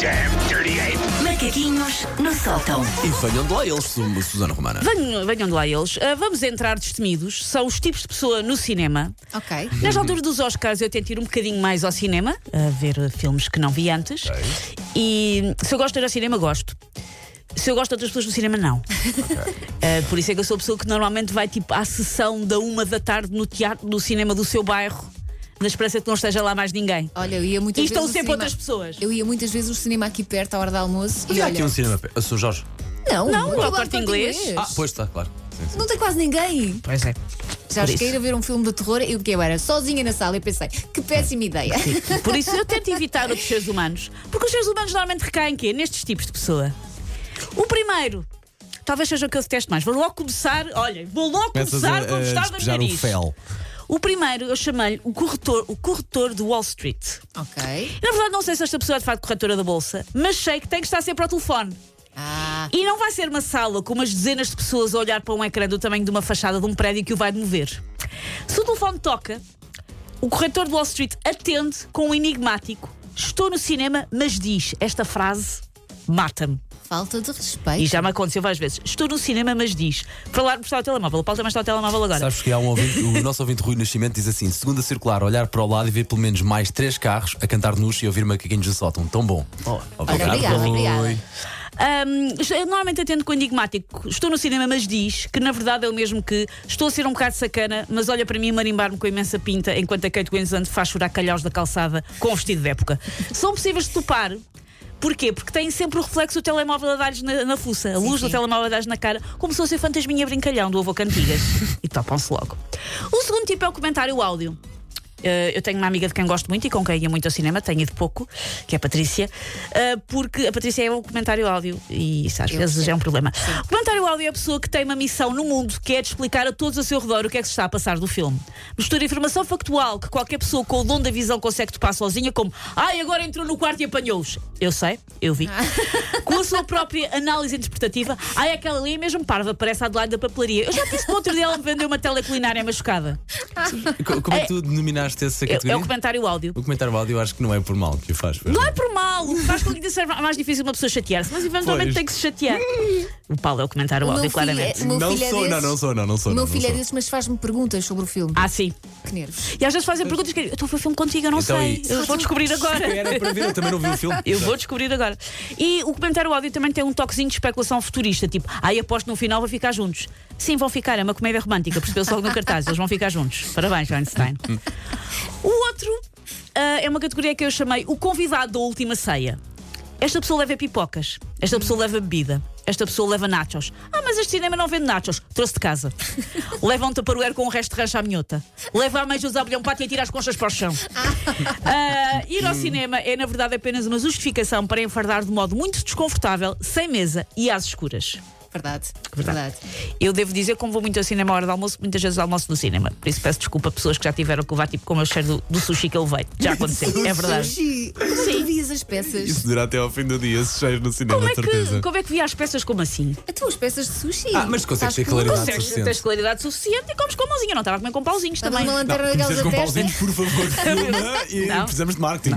damn dirty ape! Macaquinhos no sótão. E venham de lá eles, Su- Susana Romana. Venham, venham de lá eles. Ah, vamos entrar destemidos. São os tipos de pessoa no cinema. Ok. Nas alturas dos Oscars, eu tento ir um bocadinho mais ao cinema, a ver eh, filmes que não vi antes. E se eu gosto de ir ao cinema, gosto. Se eu gosto de outras pessoas no cinema, não. Eh, por isso é que eu sou a pessoa que normalmente vai tipo à sessão da uma da tarde no teatro, no cinema do seu bairro, na esperança que não esteja lá mais ninguém. Olha, eu ia muitas E vezes. estão ao sempre cinema. outras pessoas. Eu ia muitas vezes no cinema aqui perto, à hora do almoço. e Havia aqui olha, um cinema. pe- Ah, Sou Jorge. Não, Não, eu ao gosto Corte de Inglês. Ah, pois está, claro. Sim, sim. Não tem quase ninguém. Pois é. Já Por cheguei a ir a ver um filme de terror e o que eu era sozinha na sala e pensei, que péssima ideia. é Por isso eu tento evitar outros seres humanos. Porque os seres humanos normalmente recaem em quê? Nestes tipos de pessoa. O primeiro, talvez seja o que eu detesto mais. Vou logo começar, olha, vou logo começar a, a, a despejar o nariz. fel. O primeiro eu chamei-lhe o corretor, o corretor de Wall Street. ok. Na verdade, não sei se esta pessoa é de facto corretora da Bolsa, mas sei que tem que estar sempre ao telefone. Ah, E não vai ser uma sala com umas dezenas de pessoas a olhar para um ecrã do tamanho de uma fachada de um prédio que o vai mover. Se o telefone toca, o corretor de Wall Street atende com um enigmático: Estou no cinema, mas diz esta frase. Mata-me. falta de E respeito. já me aconteceu várias vezes. Estou no cinema, mas diz. Falar, mostrar o telemóvel. O Paulo também está ao telemóvel agora. Sabes que há um ouvinte, o nosso ouvinte Rui Nascimento diz assim: segunda circular, olhar para o lado e ver pelo menos mais três carros a cantar nus e ouvir macaquinhos do sótão. Tão bom. Olha, obrigada, Rui. obrigada. Ahm, eu normalmente atendo com o enigmático. Estou no cinema, mas diz que na verdade é o mesmo que estou a ser um bocado sacana, mas olha para mim marimbar-me com imensa pinta enquanto a Kate Winslet faz chorar calhaus da calçada com um vestido de época. São possíveis de topar. Porquê? Porque têm sempre o reflexo do telemóvel a dar-lhes na, na fuça, a luz do sim. telemóvel a dar-lhes na cara, como se fosse a fantasminha brincalhão do avô Cantigas. e topam-se logo. O segundo tipo é o comentário áudio. Eh, eu tenho uma amiga de quem gosto muito e com quem ia muito ao cinema, tenho ido pouco, que é a Patrícia, eh, porque a Patrícia é o comentário áudio e isso às Eu vezes percebo. é um problema. O comentário áudio é a pessoa que tem uma missão no mundo, que é de explicar a todos a seu redor o que é que se está a passar do filme. Mistura informação factual que qualquer pessoa com o dom da visão consegue topar sozinha, como ai, agora entrou no quarto e apanhou-os. Eu sei, eu vi. com a sua própria análise interpretativa, ai, aquela ali é mesmo parva, parece a do lado da papelaria. Eu já disse que o outro dia ela me vendeu uma teleculinária machucada. Co- Como é que tu denominaste essa É, é categoria? o comentário áudio. O comentário áudio eu acho que não é por mal que o faz. pois Não é por mal, o que faz com que isso seja mais difícil uma pessoa chatear-se, mas eventualmente Pois. tem que se chatear. O Paulo é o comentário O meu óbvio, filho é- claramente. o meu Não filho é sou, não, desses. não sou, não, não sou, O meu não, filho não é sou. desses, mas faz-me perguntas sobre o filme. Ah, sim. Que nervos. E às vezes fazem perguntas que é, eu estou a ver filme contigo, eu não Então, sei. e- Eu vou descobrir agora. Era para ver, eu também não vi o filme. Eu vou descobrir agora. E o comentário áudio também tem um toquezinho de especulação futurista, tipo, ai, aposto no final vão ficar juntos. Sim, vão ficar, é uma comédia romântica, percebeu-se logo no cartaz, eles vão ficar juntos. Parabéns, Einstein. o outro ah, é uma categoria que eu chamei o convidado da última ceia. Esta pessoa leva pipocas, esta pessoa leva bebida, esta pessoa leva nachos. Ah, mas este cinema não vende nachos. Trouxe de casa. leva um taparoeiro com o resto de rancho à minhota. Leva ameijos à bolhão pato e atira as conchas para o chão. Ah, ir ao cinema é, na verdade, apenas uma justificação para enfardar de modo muito desconfortável, sem mesa e às escuras. Verdade, verdade. Eu devo dizer, como vou muito ao cinema à hora do almoço, muitas vezes almoço no cinema. Por isso peço desculpa a pessoas que já tiveram que levar tipo com o meu cheiro do, do sushi que eu levei. Já aconteceu, é verdade. Sushi. Como é que tu vias as peças? Isso dura até ao fim do dia, esses cheiros no cinema, Como é, de certeza. que, como é que vi às peças como assim? Então, as peças de sushi. Ah, mas consegues Sabes ter que- claridade Consegues. Consegues, tens claridade suficiente e comes com a mãozinha. Eu Não estava a comer com pauzinhos Dá-me também. uma Não, lanterna daquelas precisas da com testa. pauzinhos, por favor, filma e Não. precisamos de marketing.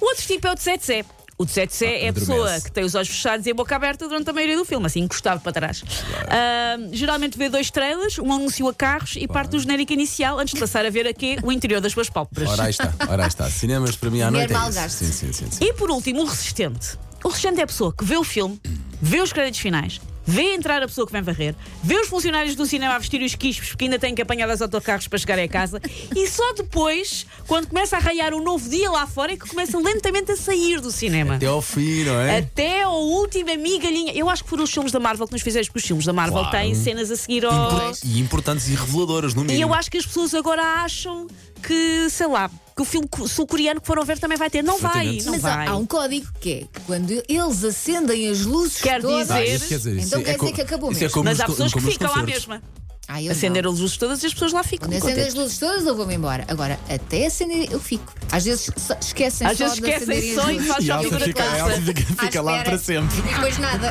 O outro tipo é o tse-tse. O tse-tse é a Ah, adormece. pessoa que tem os olhos fechados e a boca aberta durante a maioria do filme, assim, encostado para trás. Ah, geralmente vê dois trailers, um anúncio a carros e parte do genérico inicial antes de passar a ver aqui o interior das suas pálpebras. Ora aí está, ora aí está. Cinemas para mim à Dinheiro noite. É isso. malgaste. sim, sim, sim, sim. E por último, o resistente. O resistente é a pessoa que vê o filme, vê os créditos finais, vê entrar a pessoa que vem varrer, vê os funcionários do cinema a vestir os quispos porque ainda têm que apanhar os autocarros para chegar a casa e só depois, quando começa a raiar um novo dia lá fora, é que começa lentamente a sair do cinema. Até ao fim, não é? Até a última migalhinha. Eu acho que foram os filmes da Marvel que nos fizeram, porque os filmes da Marvel Claro. têm cenas a seguir ao. Impor- E importantes e reveladoras, no mínimo. E eu acho que as pessoas agora acham que, sei lá, que o filme co- sul-coreano que foram ver também vai ter. Não vai, Exatamente. não Mas vai. há, há um código que é que quando eles acendem as luzes Quer todas, dizer- Ah, isso quer dizer, Então isso quer dizer co- que acabou isso mesmo. É como Mas nos há co- pessoas que como nos ficam lá concertos. mesma. Ah, eu não. Acenderam as luzes todas e as pessoas lá ficam. Quando acendem as contentes. luzes todas, eu vou-me embora. Agora, até acender, eu fico. Às vezes só- esquecem Às só vezes de esquecem acenderem só as e luzes. fazem E já a Elsa figura fica, a clara. Elsa fica- À fica lá espera. para sempre. E depois nada.